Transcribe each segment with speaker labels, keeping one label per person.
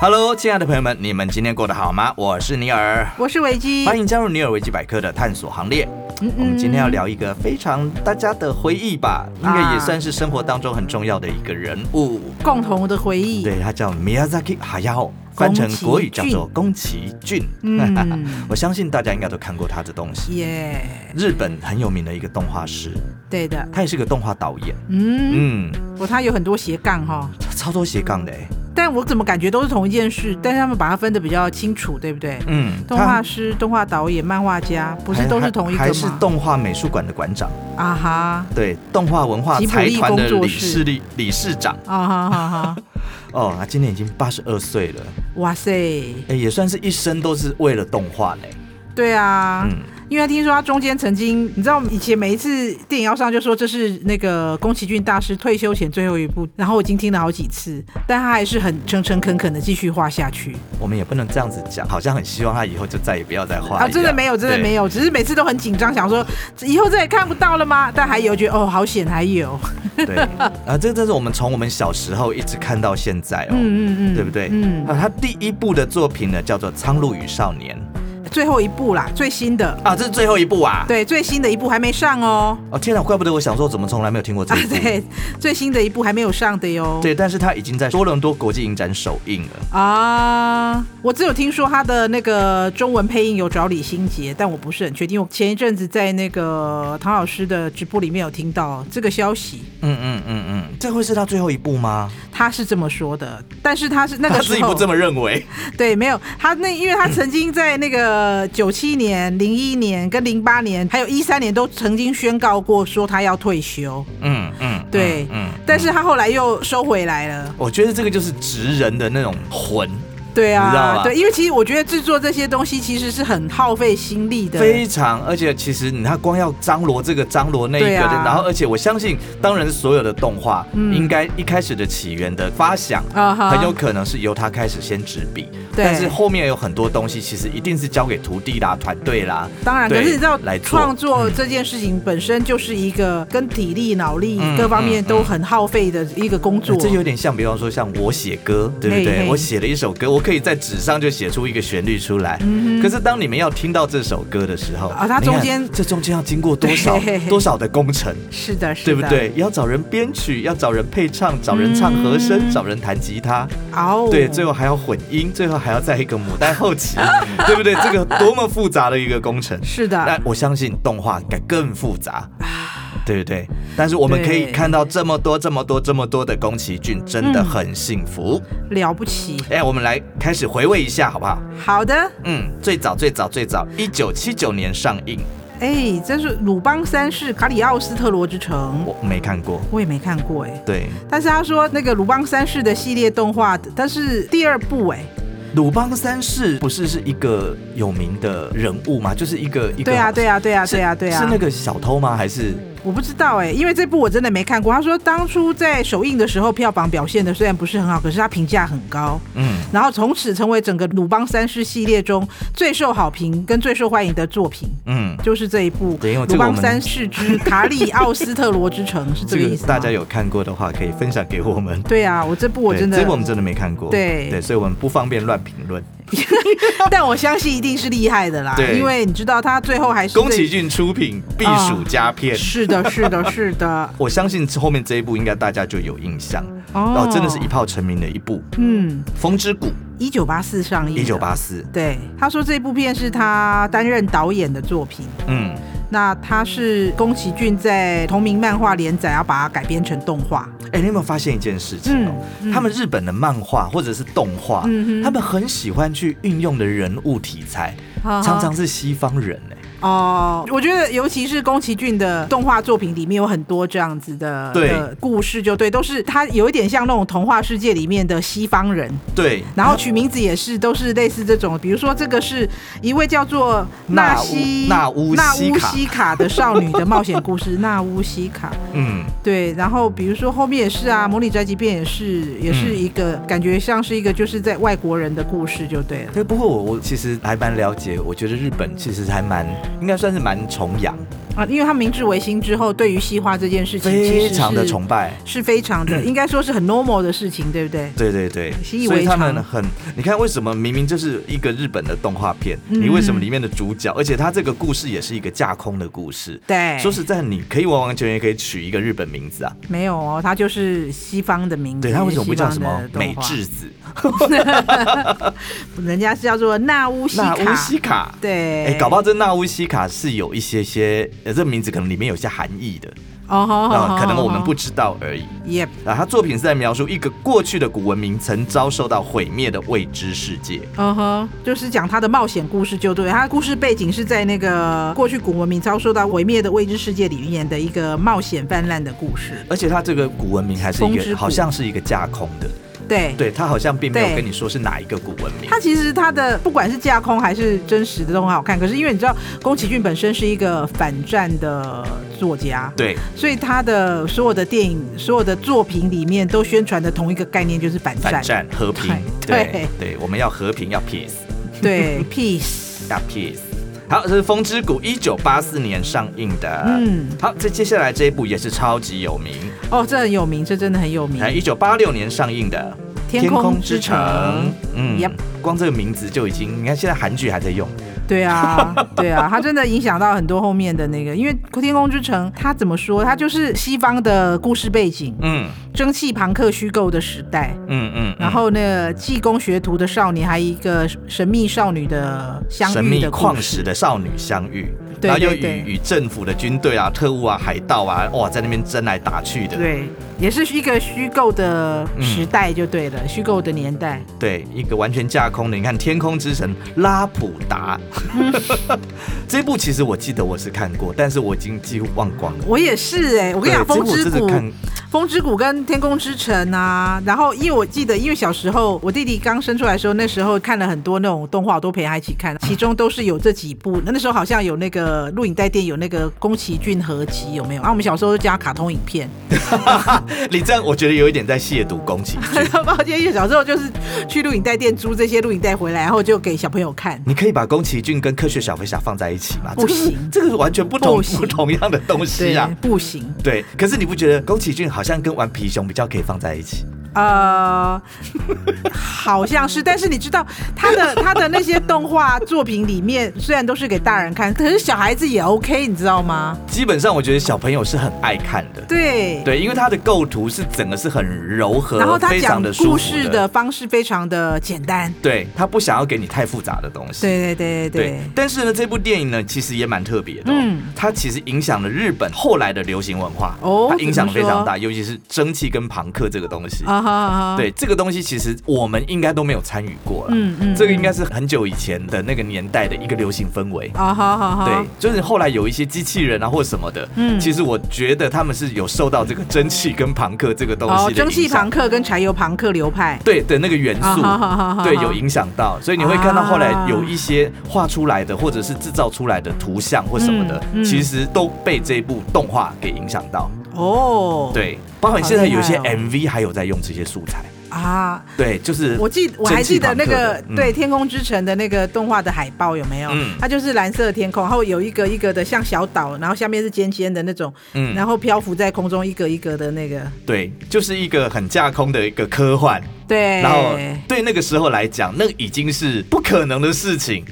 Speaker 1: Hello，亲爱的朋友们，你们今天过得好吗？我是尼尔，
Speaker 2: 我是维基。
Speaker 1: 欢迎加入尼尔维基百科的探索行列。
Speaker 2: 嗯
Speaker 1: 我们今天要聊一个非常大家的回忆吧，
Speaker 2: 啊
Speaker 1: 应该也算是生活当中很重要的一个人物。
Speaker 2: 共同的回忆。
Speaker 1: 对，他叫 Miyazaki Hayao，翻成国语叫做宫崎骏。
Speaker 2: 嗯
Speaker 1: 我相信大家应该都看过他的东西。
Speaker 2: 耶
Speaker 1: 日本很有名的一个动画师，
Speaker 2: 对的。
Speaker 1: 他也是个动画导演。
Speaker 2: 嗯，
Speaker 1: 嗯，
Speaker 2: 我他有很多斜杠哈、
Speaker 1: 超多斜杠的欸。
Speaker 2: 但我怎么感觉都是同一件事，但是他们把它分得比较清楚，对不对？
Speaker 1: 嗯，
Speaker 2: 动
Speaker 1: 他
Speaker 2: 画师、动画导演、漫画家，不是都是同一个
Speaker 1: 还还是
Speaker 2: 吗？
Speaker 1: 动画美术馆的馆长，
Speaker 2: 啊哈
Speaker 1: 对，动画文化
Speaker 2: 吉卜
Speaker 1: 财
Speaker 2: 力
Speaker 1: 团的
Speaker 2: 工作
Speaker 1: 理
Speaker 2: 室
Speaker 1: 事理理事长。
Speaker 2: 啊哈哈 哈！
Speaker 1: 哦，他今年已经八十二岁了，
Speaker 2: 哇塞，
Speaker 1: 哎，也算是一生都是为了动画嘞。
Speaker 2: 对啊，
Speaker 1: 嗯，
Speaker 2: 因为听说他中间曾经，你知道以前每一次电影要上就说这是那个宫崎骏大师退休前最后一部，然后我已经听了好几次，但他还是很诚诚恳恳的继续画下去
Speaker 1: 我们也不能这样子讲，好像很希望他以后就再也不要再画
Speaker 2: 啊，真的没有，真的没
Speaker 1: 有。
Speaker 2: 有，只是每次都很紧张，想说以后再也看不到了吗？但还有觉得哦，好险还有，
Speaker 1: 对， 对啊，这这是我们从我们小时候一直看到现在哦，
Speaker 2: 嗯嗯嗯，
Speaker 1: 对不对？
Speaker 2: 嗯，
Speaker 1: 啊，他第一部的作品呢叫做《苍鹭与少年
Speaker 2: 最后一部啦，最新的》，
Speaker 1: 啊，这是最后一部啊。
Speaker 2: 对，最新的一部还没上哦，
Speaker 1: 哦，天哪，怪不得我想说怎么从来没有听过这
Speaker 2: 啊
Speaker 1: 一部。
Speaker 2: 对，最新的一部还没有上的哟，
Speaker 1: 对，但是他已经在多伦多国际影展首映了。
Speaker 2: 啊，我只有听说他的那个中文配音有找李心洁，但我不是很确定。我前一阵子在那个唐老师的直播里面有听到这个消息，
Speaker 1: 嗯嗯嗯嗯，这会是他最后一部吗？
Speaker 2: 他是这么说的，但是 他是那
Speaker 1: 他
Speaker 2: 个
Speaker 1: 自
Speaker 2: 时
Speaker 1: 己
Speaker 2: 候
Speaker 1: 不这么认为。
Speaker 2: 对，没有他那，因为他曾经在那个九七年、零一年、跟零八年，还有一三年都曾经宣告过说他要退休，
Speaker 1: 嗯嗯，
Speaker 2: 对
Speaker 1: 嗯，
Speaker 2: 但是他后来又收回来了。
Speaker 1: 我觉得这个就是职人的那种魂，
Speaker 2: 对
Speaker 1: 你知道
Speaker 2: 啊
Speaker 1: 吗，
Speaker 2: 对，因为其实我觉得制作这些东西其实是很耗费心力的，
Speaker 1: 非常，而且其实你看，光要张罗这个张罗那一个，
Speaker 2: 对啊
Speaker 1: 然后而且我相信，当然所有的动画、
Speaker 2: 嗯
Speaker 1: 应该一开始的起源的发想。
Speaker 2: 啊哈
Speaker 1: 很有可能是由他开始先执笔，
Speaker 2: 对
Speaker 1: 但是后面有很多东西其实一定是交给徒弟啦、团队啦，
Speaker 2: 当然，可
Speaker 1: 对
Speaker 2: 是你知道
Speaker 1: 来，做
Speaker 2: 创作这件事情本身就是一个跟体力、脑力
Speaker 1: 嗯
Speaker 2: 各方面都很耗费的一个工作。
Speaker 1: 这有点像，比方说像我写歌，对不
Speaker 2: 嘿
Speaker 1: 对？
Speaker 2: 嘿
Speaker 1: 我写了一首歌，我可以在纸上就写出一个旋律出来。可是当你们要听到这首歌的时候，
Speaker 2: 嗯啊它
Speaker 1: 你看
Speaker 2: 中间
Speaker 1: 这中间要经过多 少
Speaker 2: 对
Speaker 1: 多少的工程，
Speaker 2: 是的，是
Speaker 1: 对
Speaker 2: 的，
Speaker 1: 不？对？要找人编曲，要找人配唱，找人唱和声，找人弹吉他，
Speaker 2: 嗯哦，
Speaker 1: 对，最后还要混音，最后还要在一个母带后 期，对不对？这个多么复杂的一个工程。
Speaker 2: 是的啊
Speaker 1: 那，我相信动画应该更复杂，对不对？但是我们可以
Speaker 2: 对
Speaker 1: 看到这么多、这么多、这么多的宫崎骏，真的
Speaker 2: 嗯
Speaker 1: 很幸福。
Speaker 2: 了不起。
Speaker 1: 哎、我们来开始回味一下，好不好？
Speaker 2: 好的，
Speaker 1: 嗯，最早、最早、最早，一九七九年上映，
Speaker 2: 哎，这是鲁邦三世卡里奥斯特罗之城，
Speaker 1: 我没看过。
Speaker 2: 我也没看过哎。
Speaker 1: 对，
Speaker 2: 但是他说那个鲁邦三世的系列动画，但是第二部哎，
Speaker 1: 鲁邦三世不是是一个有名的人物吗？就是一个一个
Speaker 2: 对啊，对
Speaker 1: 啊，
Speaker 2: 啊，对啊，
Speaker 1: 是
Speaker 2: 对啊，对啊，
Speaker 1: 是那个小偷吗？还是
Speaker 2: 我不知道哎、因为这部我真的没看过。他说当初在首映的时候，票房表现的虽然不是很好，可是他评价很高，
Speaker 1: 嗯，
Speaker 2: 然后从此成为整个鲁邦三世系列中最受好评跟最受欢迎的作品，
Speaker 1: 嗯，
Speaker 2: 就是这一部
Speaker 1: 对因为
Speaker 2: 《
Speaker 1: 这
Speaker 2: 鲁
Speaker 1: 个我们
Speaker 2: 邦三世之卡里奥斯特罗之城》，是这
Speaker 1: 这
Speaker 2: 个
Speaker 1: 个
Speaker 2: 意思吗啊
Speaker 1: 大家有看过的话，可以分享给我们。
Speaker 2: 对啊，我这部我
Speaker 1: 对
Speaker 2: 真的
Speaker 1: 这，个我们真的没看过，
Speaker 2: 对
Speaker 1: 对，所以我们不方便乱评论。
Speaker 2: 但我相信一定是厉害的啦，
Speaker 1: 对
Speaker 2: 因为你知道他最后还是
Speaker 1: 宫崎
Speaker 2: 最
Speaker 1: 骏出品必属佳片，
Speaker 2: 是的，是的，是 的，
Speaker 1: 我相信后面这一部应该大家就有印象，哦，真的是一炮成名的一部《
Speaker 2: 嗯，
Speaker 1: 风之谷》，
Speaker 2: 一九八四上映，
Speaker 1: 一九。八四，
Speaker 2: 对，他说这部片是他担任导演的作品。
Speaker 1: 嗯，
Speaker 2: 那他是宫崎骏在同名漫画连载，要把它改编成动画。
Speaker 1: 哎、你有没有发现一件事情哦？
Speaker 2: 嗯嗯
Speaker 1: 他们日本的漫画或者是动画，
Speaker 2: 嗯哼
Speaker 1: 他们很喜欢去运用的人物题材，
Speaker 2: 啊哈哈
Speaker 1: 常常是西方人哎、
Speaker 2: 哦，我觉得尤其是宫崎骏的动画作品里面有很多这样子的
Speaker 1: 对
Speaker 2: 的故事，就对，都是他有一点像那种童话世界里面的西方人，
Speaker 1: 对，
Speaker 2: 然后取名字也是都是类似这种，比如说这个是一位叫做
Speaker 1: 纳
Speaker 2: 纳西
Speaker 1: 乌纳乌
Speaker 2: 纳
Speaker 1: 西
Speaker 2: 乌
Speaker 1: 卡
Speaker 2: 西卡的少女的冒险故事， 纳乌西卡。
Speaker 1: 嗯，
Speaker 2: 对，然后比如说后面也是啊，《魔女宅急便》也是，也是一个、感觉像是一个就是在外国人的故事就对了。
Speaker 1: 对。不过我我其实还蛮了解，我觉得日本其实还蛮应该算是蛮崇洋，
Speaker 2: 啊，因为他明治维新之后，对于西化这件事情其实
Speaker 1: 非
Speaker 2: 是
Speaker 1: 常的崇拜。
Speaker 2: 是非常的，应该说是很 normal 的事情，对不对？
Speaker 1: 对对对，
Speaker 2: 习以
Speaker 1: 所以
Speaker 2: 为
Speaker 1: 他们
Speaker 2: 常
Speaker 1: 很，你看为什么明明这是一个日本的动画片，
Speaker 2: 嗯
Speaker 1: 你为什么里面的主角，而且他这个故事也是一个架空的故事。
Speaker 2: 对，
Speaker 1: 说实在，你可以完完全全可以取一个日本名字啊，
Speaker 2: 没有哦，他就是西方的名字，
Speaker 1: 对他为什么不叫
Speaker 2: 西
Speaker 1: 什
Speaker 2: 方
Speaker 1: 么
Speaker 2: 的动画
Speaker 1: 美？智子、
Speaker 2: 人家是叫做纳乌西
Speaker 1: 纳
Speaker 2: 卡，
Speaker 1: 乌西卡？
Speaker 2: 对，
Speaker 1: 哎、搞不好这纳乌西卡是有一些些，呃，这名字可能里面有些含义的，
Speaker 2: 哦，好好
Speaker 1: 啊、
Speaker 2: 好，
Speaker 1: 可能我们
Speaker 2: 好
Speaker 1: 不知道而已。
Speaker 2: ，Yep，
Speaker 1: 啊，他作品是在描述一个过去的古文明曾遭受到毁灭的未知世界。
Speaker 2: 嗯哼，就是讲他的冒险故事就对了，他的故事背景是在那个过去古文明遭受到毁灭的未知世界里面的一个冒险泛滥的故事，
Speaker 1: 而且它这个古文明还是一
Speaker 2: 风之
Speaker 1: 个
Speaker 2: 谷
Speaker 1: 好像是一个架空的，
Speaker 2: 对。
Speaker 1: 对，它好像并没有
Speaker 2: 对
Speaker 1: 跟你说是哪一个古文明。
Speaker 2: 它其实它的不管是架空还是真实的都很好看，可是因为你知道宫崎骏本身是一个反战的作家，
Speaker 1: 对，
Speaker 2: 所以他的所有的电影、所有的作品里面都宣传的同一个概念就是反战，
Speaker 1: 反战和平，
Speaker 2: 对
Speaker 1: 对对，我们要和平，要 peace，
Speaker 2: 对，peace，
Speaker 1: 要 peace。好，这是《风之谷》一九八四年上映的。
Speaker 2: 嗯，
Speaker 1: 好，这接下来这一部也是超级有名，
Speaker 2: 哦，这很有名，这真的很有名，
Speaker 1: 哎，一九八六年上映的《
Speaker 2: 天空之城
Speaker 1: 嗯
Speaker 2: Yep
Speaker 1: 光这个名字就已经，你看现在韩剧还在用，
Speaker 2: 对啊， 对啊，它真的影响到很多后面的那个，因为《天空之城》它怎么说，它就是西方的故事背景，
Speaker 1: 嗯
Speaker 2: 蒸汽朋克虚构的时代。
Speaker 1: 嗯嗯，
Speaker 2: 然后呢，济公学徒的少年，还有一个神秘少女的相
Speaker 1: 神
Speaker 2: 遇
Speaker 1: 秘
Speaker 2: 的故
Speaker 1: 矿
Speaker 2: 事
Speaker 1: 石的少女相遇，
Speaker 2: 对
Speaker 1: 然后又
Speaker 2: 对对
Speaker 1: 与与政府的军队啊、特务啊、海盗啊，哇，在那边争来打去的，
Speaker 2: 对，也是一个虚构的时代就对了，虚构的年代。
Speaker 1: 对一个完全架空的。你看《天空之城》拉普达，
Speaker 2: 嗯
Speaker 1: 这部其实我记得我是看过，但是我已经几乎忘光了。
Speaker 2: 我也是哎、我跟你讲，
Speaker 1: 对这
Speaker 2: 风
Speaker 1: 部我
Speaker 2: 之
Speaker 1: 真的
Speaker 2: 谷，
Speaker 1: 看，
Speaker 2: 风之谷跟天空之城啊，然后因为我记得，因为小时候我弟弟刚生出来的时候，那时候看了很多那种动画，我都陪他一起看，其中都是有这几部。那那时候好像有那个录影带店有那个宫崎骏合集，有没有？ 啊，我们小时候都叫它卡通影片。
Speaker 1: 你这样我觉得有一点在亵渎宫崎骏。
Speaker 2: 抱歉，因为小时候就是去录影带店租这些录影带回来，然后就给小朋友看。
Speaker 1: 你可以把宫崎骏跟科学小飞侠放在一起吗？
Speaker 2: 不行
Speaker 1: 这个是，这个是完全不同
Speaker 2: 不
Speaker 1: 不
Speaker 2: 行
Speaker 1: 同样的东西啊。
Speaker 2: 不行。
Speaker 1: 对，可是你不觉得宫崎骏好像跟顽皮熊比较可以放在一起？
Speaker 2: 呃，好像是，但是你知道他的他的那些动画作品里面，虽然都是给大人看，可是小孩子也 OK，你知道吗？
Speaker 1: 基本上我觉得小朋友是很爱看的，
Speaker 2: 对。
Speaker 1: 对，因为它的构图是整个是很柔和，
Speaker 2: 然后他
Speaker 1: 非
Speaker 2: 讲
Speaker 1: 常的舒
Speaker 2: 故
Speaker 1: 服
Speaker 2: 事的，方式非常的简单。
Speaker 1: 对，他不想要给你太复杂的东西。
Speaker 2: 对对对对
Speaker 1: 但是呢，这部电影呢，其实也蛮特别的、哦。
Speaker 2: 嗯
Speaker 1: 它其实影响了日本后来的流行文化，
Speaker 2: 哦
Speaker 1: 它影响得非常大，尤其是蒸汽跟朋克这个东西。
Speaker 2: 对，啊哈啊哈，
Speaker 1: 对这个东西，其实我们应该都没有参与过了。
Speaker 2: 嗯嗯
Speaker 1: 这个应该是很久以前的那个年代的一个流行氛围。
Speaker 2: 啊哈哈哈，
Speaker 1: 对，就是后来有一些机器人啊或什么的，
Speaker 2: 嗯
Speaker 1: 其实我觉得他们是有受到这个蒸汽跟朋克这个东
Speaker 2: 哦，
Speaker 1: 西的
Speaker 2: 蒸汽
Speaker 1: 影响
Speaker 2: 朋克跟柴油朋克流派，
Speaker 1: 对的那个元素，
Speaker 2: 啊哈哈哈哈
Speaker 1: 对有影响到，所以你会看到后来有一些画出来的或者是制造出来的图像或什么的，
Speaker 2: 嗯嗯
Speaker 1: 其实都被这部动画给影响到。
Speaker 2: 哦，
Speaker 1: 对，包括现在有一些
Speaker 2: 好厉害哦
Speaker 1: MV 还有在用这些素材。
Speaker 2: 啊，
Speaker 1: 对，就是
Speaker 2: 我记我还记得那个
Speaker 1: 蒸汽朋克的嗯
Speaker 2: 对《天空之城》的那个动画的海报有没有？
Speaker 1: 嗯
Speaker 2: 它就是蓝色的天空，然后有一个一个的像小岛，然后下面是尖尖的那种，
Speaker 1: 嗯
Speaker 2: 然后漂浮在空中一格一格的那个。
Speaker 1: 对，就是一个很架空的一个科幻。
Speaker 2: 对，
Speaker 1: 然后对那个时候来讲，那已经是不可能的事 情，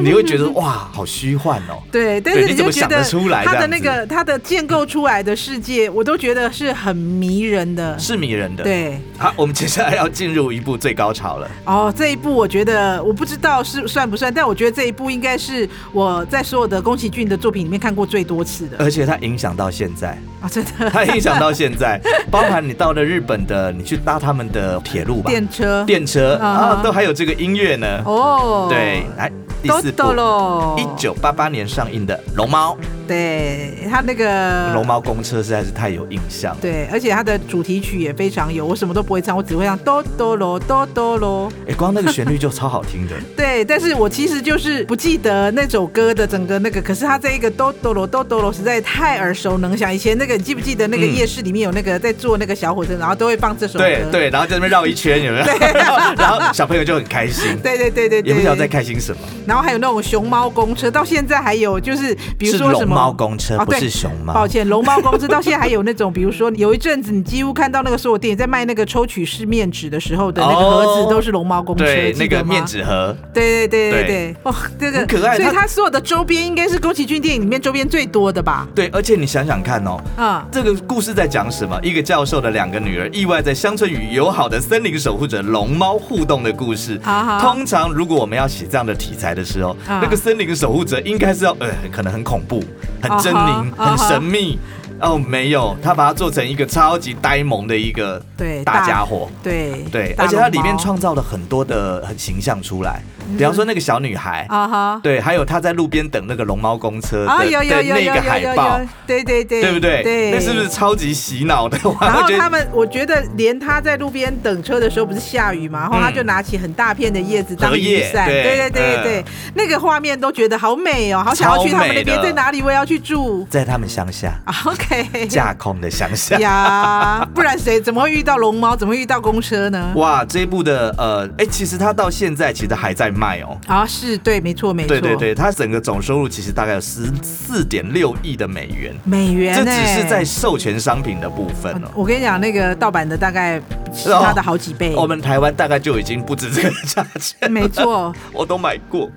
Speaker 1: 你会觉得哇，好虚幻哦。
Speaker 2: 对，但是
Speaker 1: 你怎
Speaker 2: 就
Speaker 1: 么
Speaker 2: 觉
Speaker 1: 想
Speaker 2: 得
Speaker 1: 得出来
Speaker 2: 它的
Speaker 1: 这样
Speaker 2: 那个它的建构出来的世界，我都觉得是很迷人的。
Speaker 1: 是迷人的。，
Speaker 2: 对，
Speaker 1: 好，我们接下来要进入一部最高潮了。
Speaker 2: 哦，这一部我觉得我不知道是算不算，但我觉得这一部应该是我在所有的宫崎骏的作品里面看过最多次的
Speaker 1: 而且它影响到现在，
Speaker 2: 啊，真 的。
Speaker 1: 它影响到现在，包含你到了日本的，你去搭他们的铁路吧，
Speaker 2: 电车，
Speaker 1: 电车
Speaker 2: 啊
Speaker 1: 啊，都还有这个音乐呢。
Speaker 2: 哦，
Speaker 1: 对，来第
Speaker 2: 豆
Speaker 1: 四
Speaker 2: 豆
Speaker 1: 部，
Speaker 2: 喽，
Speaker 1: 一九八八年上映的《龙猫
Speaker 2: 对他那》，个
Speaker 1: 《龙，猫公车》实在是太有印象了。
Speaker 2: 对，而且他的主题曲也非常有，我什么都不会唱，我只会唱哆哆喽哆哆喽。
Speaker 1: 哎，光那个旋律就超好听 的。
Speaker 2: 对，但是我其实就是不记得那首歌的整个那个，可是他这一个哆哆喽哆哆喽实在太耳熟能详。以前那个你记不记得那个
Speaker 1: 嗯
Speaker 2: 夜市里面有那个在坐那个小火车，然后都会放这首歌，
Speaker 1: 对对，然后在那边绕一圈，有没有？ 然后小朋友就很开心，
Speaker 2: 对对对对对，
Speaker 1: 也不晓得在开心什么。
Speaker 2: 然后还有那种熊猫公车，到现在还有就是，比如
Speaker 1: 是
Speaker 2: 说什
Speaker 1: 龙
Speaker 2: 么
Speaker 1: 猫公车，
Speaker 2: 哦
Speaker 1: 不
Speaker 2: 对
Speaker 1: 是熊猫。
Speaker 2: 抱歉，龙猫公司到现在还有那种，比如说有一阵子你几乎看到那个所有店在卖那个抽取式面纸的时候的那个盒
Speaker 1: 哦
Speaker 2: 子都是龙猫公司，
Speaker 1: 对，
Speaker 2: 记
Speaker 1: 那
Speaker 2: 得
Speaker 1: 个
Speaker 2: 吗
Speaker 1: 面，纸盒，
Speaker 2: 对对对对
Speaker 1: 对
Speaker 2: 对，哦，这个
Speaker 1: 很可爱
Speaker 2: 所以
Speaker 1: 它
Speaker 2: 它所有的周边应该是宫崎骏电影里面周边最多的吧？
Speaker 1: 对，而且你想想看哦，
Speaker 2: 嗯，
Speaker 1: 这个故事在讲什么？一个教授的两个女儿意外在乡村与友好的森林守护者龙猫互动的故事。
Speaker 2: 好好
Speaker 1: 通常如果我们要写这样的题材的时候，
Speaker 2: 啊
Speaker 1: 那个森林守护者应该是要呃，可能很恐怖、很狰狞
Speaker 2: 啊、哈啊
Speaker 1: 很
Speaker 2: 哈
Speaker 1: 神秘。哦，没有，他把它做成一个超级呆萌的一个
Speaker 2: 对
Speaker 1: 大家伙。
Speaker 2: 对
Speaker 1: 对，
Speaker 2: 大
Speaker 1: 而且它里
Speaker 2: 龙
Speaker 1: 面
Speaker 2: 猫嗯
Speaker 1: 创造了很多的很形象出来，比方说那个小女孩，
Speaker 2: 啊哈
Speaker 1: 对，还有她在路边等那个龙猫公车的
Speaker 2: 啊有有
Speaker 1: 的
Speaker 2: 有有
Speaker 1: 那
Speaker 2: 有
Speaker 1: 个
Speaker 2: 有
Speaker 1: 海报
Speaker 2: 有，，对对对，
Speaker 1: 对不对？
Speaker 2: 对，
Speaker 1: 那是不是？超级洗脑的？我
Speaker 2: 然后
Speaker 1: 觉得
Speaker 2: 他们，我觉得连他在路边等车的时候，不是下雨嘛，然后他
Speaker 1: 嗯
Speaker 2: 就拿起很大片的叶子当
Speaker 1: 荷叶
Speaker 2: 雨伞，
Speaker 1: 对
Speaker 2: 对对对对，那个画面都觉得好美哦，好想要去他们那
Speaker 1: 超美的
Speaker 2: 边，在哪里我也要去住。啊
Speaker 1: 在他们乡下
Speaker 2: OK，
Speaker 1: 架空的乡下。
Speaker 2: 呀，不然谁怎么会遇到龙猫，怎么会遇到公车呢？
Speaker 1: 哇，这一部的呃，哎，其实它到现在其实还在卖哦。
Speaker 2: 啊，是对，没错没错，
Speaker 1: 对对对，它整个总收入其实大概有十四点六亿的美元，
Speaker 2: 美元
Speaker 1: 这
Speaker 2: 呢、
Speaker 1: 只是在授权商品的部分哦。
Speaker 2: 我跟你讲，那个盗版的大概是它的好几倍，
Speaker 1: 哦我们台湾大概就已经不止这个价钱，
Speaker 2: 没错，
Speaker 1: 我都买 过。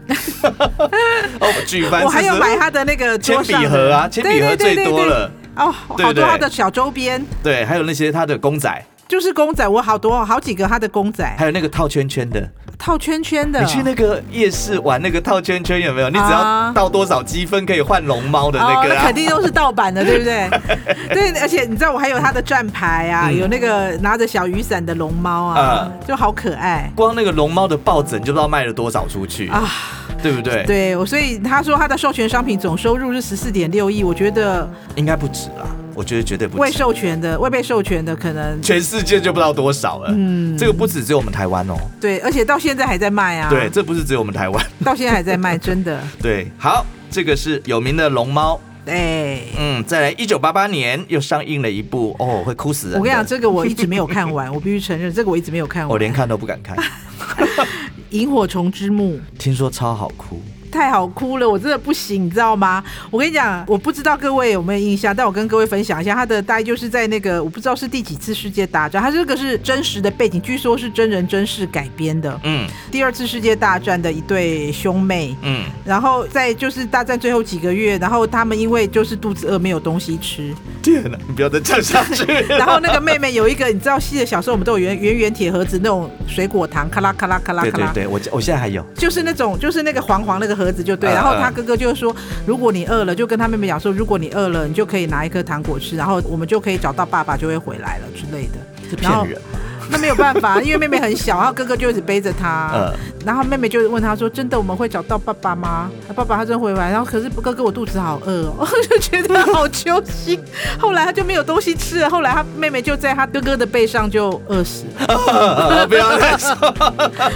Speaker 1: 哦，举凡
Speaker 2: 我还有
Speaker 1: 40
Speaker 2: 买他的那个桌上的
Speaker 1: 铅笔盒啊铅笔盒最多了。
Speaker 2: 对对对对对哦，
Speaker 1: 对对
Speaker 2: 好多他的小周边，
Speaker 1: 对，还有那些他的公仔，
Speaker 2: 就是公仔，我好多好几个他的公仔，
Speaker 1: 还有那个套圈圈的，
Speaker 2: 套圈圈的。
Speaker 1: 你去那个夜市玩那个套圈圈有没有？你只要
Speaker 2: 啊
Speaker 1: 到多少积分可以换龙猫的那
Speaker 2: 哦，
Speaker 1: 个
Speaker 2: 那
Speaker 1: 啊
Speaker 2: 肯？定都是盗版的，对不对？ 对，而且你知道我还有他的站牌啊，
Speaker 1: 嗯
Speaker 2: 有那个拿着小雨伞的龙猫啊，就好可爱
Speaker 1: 光那个龙猫的抱枕就不知道卖了多少出去，
Speaker 2: 啊。
Speaker 1: 对不对？
Speaker 2: 对，我所以他说他的授权商品总收入是十四点六亿，我觉得
Speaker 1: 应该不止啦，我觉得绝对不
Speaker 2: 未
Speaker 1: 止，
Speaker 2: 授权的、未被授权的可能
Speaker 1: 全世界就不知道多少了。嗯，这个不止只有我们台湾哦，
Speaker 2: 对，而且到现在还在卖啊，
Speaker 1: 对，，这不是只有我们台湾，
Speaker 2: 到现在还在卖，真的，
Speaker 1: 对。好，这个是有名的龙猫，
Speaker 2: 哎。
Speaker 1: 嗯，再来一九八八年又上映了一部，哦，会哭死人的。
Speaker 2: 我跟你讲，这个我一直没有看 完，我必须承认，这个我一直没有看完。
Speaker 1: 我连看都不 敢看，
Speaker 2: 《萤火虫之墓》
Speaker 1: 听说超好哭。
Speaker 2: 太好哭了，我真的不行，你知道吗？我跟你讲，我不知道各位有没有印象，但我跟各位分享一下，它的大概就是在那个我不知道是第几次世界大战，它这个是真实的背景，据说是真人真事改编的。
Speaker 1: 嗯
Speaker 2: 第二次世界大战的一对兄妹，
Speaker 1: 嗯，
Speaker 2: 然后在就是大战最后几个月，然后他们因为就是肚子饿没有东西 吃，
Speaker 1: 天哪，你不要再唱下 去了。
Speaker 2: 然后那个妹妹有一个，你知道，细的小时候我们都有圆圆圆铁盒子那种水果糖，咔啦咔啦咔啦
Speaker 1: 对
Speaker 2: 咔
Speaker 1: 对
Speaker 2: 啦，
Speaker 1: 对，我我现在还有。
Speaker 2: 就是那种就是那个黄黄那个盒子就对。
Speaker 1: 嗯
Speaker 2: 然后他
Speaker 1: 嗯
Speaker 2: 哥哥就说，如果你饿了，就跟他妹妹讲说，如果你饿了，你就可以拿一颗糖果吃，然后我们就可以找到爸爸，就会回来了之 类的。
Speaker 1: 是
Speaker 2: 然后
Speaker 1: 骗人。
Speaker 2: 那没有办法，因为妹妹很小，然后哥哥就一直背着她。
Speaker 1: 嗯
Speaker 2: 然后妹妹就问他说：“真的我们会找到爸爸吗？”爸爸他真的回来，然后可是哥哥我肚子好饿哦， 我就觉得好揪心。后来他就没有东西吃了，后来他妹妹就在他哥哥的背上就饿死了。
Speaker 1: 呃不要 再说，
Speaker 2: 啊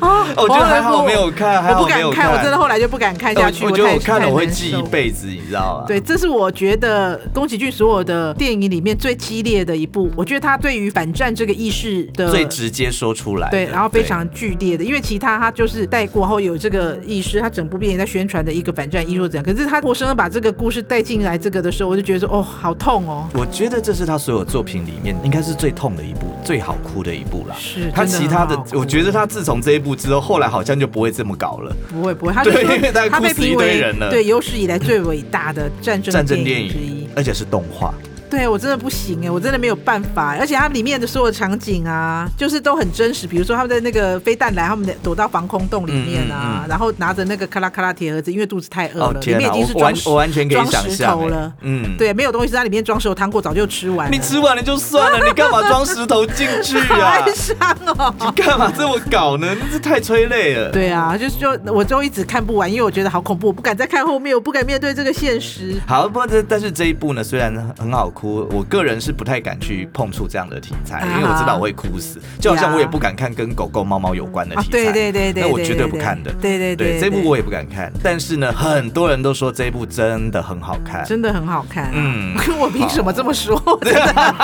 Speaker 1: 哦我觉得还
Speaker 2: 好
Speaker 1: 好
Speaker 2: 恶
Speaker 1: 没有看，还
Speaker 2: 我
Speaker 1: 好
Speaker 2: 不
Speaker 1: 没
Speaker 2: 敢
Speaker 1: 有
Speaker 2: 看，我真的后来就不敢看下去。
Speaker 1: 我觉得
Speaker 2: 太
Speaker 1: 我看了
Speaker 2: 太
Speaker 1: 我会
Speaker 2: 难
Speaker 1: 记一
Speaker 2: 受
Speaker 1: 辈子，你知道吗？
Speaker 2: 对，这是我觉得宫崎骏所有的电影里面最激烈的一部。我觉得他对于反战这个意识的
Speaker 1: 最直接说出来的。
Speaker 2: 对，然后非常剧烈的，因为其他他就是带过后有这个意识，他整部电影在宣传的一个反战艺术怎样，可是他活生生把这个故事带进来这个的时候，我就觉得说哦，好痛哦，
Speaker 1: 对。我觉得这是他所有作品里面应该是最痛的一部，最好哭的一部啦。
Speaker 2: 是
Speaker 1: 他
Speaker 2: 真的
Speaker 1: 其他的
Speaker 2: 很好，哭
Speaker 1: 我觉得他自从这一部之后，后来好像就不会这么搞了。
Speaker 2: 不会不会，他就
Speaker 1: 对
Speaker 2: 说
Speaker 1: 因为他
Speaker 2: 他被
Speaker 1: 哭死一
Speaker 2: 评
Speaker 1: 堆
Speaker 2: 为
Speaker 1: 人了
Speaker 2: 对有史以来最伟大的战争
Speaker 1: 战争
Speaker 2: 电
Speaker 1: 电
Speaker 2: 影之一
Speaker 1: 影。，而且是动画，
Speaker 2: 对我真的不行哎，我真的没有办法欸，而且它里面的所有场景啊，就是都很真实。比如说他们在那个飞弹来，他们躲到防空洞里面啊，
Speaker 1: 嗯嗯嗯
Speaker 2: 然后拿着那个咔啦咔啦铁盒子，因为肚子太饿了，
Speaker 1: 哦
Speaker 2: 里
Speaker 1: 天
Speaker 2: 面已
Speaker 1: 哪，
Speaker 2: 经是
Speaker 1: 我
Speaker 2: 装
Speaker 1: 完
Speaker 2: 石
Speaker 1: 我完全可以
Speaker 2: 装
Speaker 1: 想
Speaker 2: 石
Speaker 1: 象
Speaker 2: 头
Speaker 1: 欸
Speaker 2: 了。
Speaker 1: 嗯，
Speaker 2: 对，没有东西在里面装石头，糖果早就吃完了。
Speaker 1: 你吃完了就算了，你干嘛装石头进去
Speaker 2: 好
Speaker 1: 啊？
Speaker 2: 哀伤哦。
Speaker 1: 你干嘛这么搞呢？这太催泪了。
Speaker 2: 对啊，就是就我就一直看不完，因为我觉得好恐怖，我不敢再看后面，我不敢面对这个现实。
Speaker 1: 好，不过这但是这一部呢，虽然很好哭，哭，我个人是不太敢去碰触这样的题材，
Speaker 2: 啊哈
Speaker 1: 因为我知道我会哭死。就好像我也不敢看跟狗狗、猫猫有关的
Speaker 2: 啊
Speaker 1: 题材，，
Speaker 2: 对对对对，
Speaker 1: 那我绝对不看的。
Speaker 2: 对对
Speaker 1: 对，这部我也不敢看，但是呢，很多人都说这部真的很好看。
Speaker 2: 真的很好看、嗯
Speaker 1: 嗯，
Speaker 2: 我凭什么这么说？我 真的，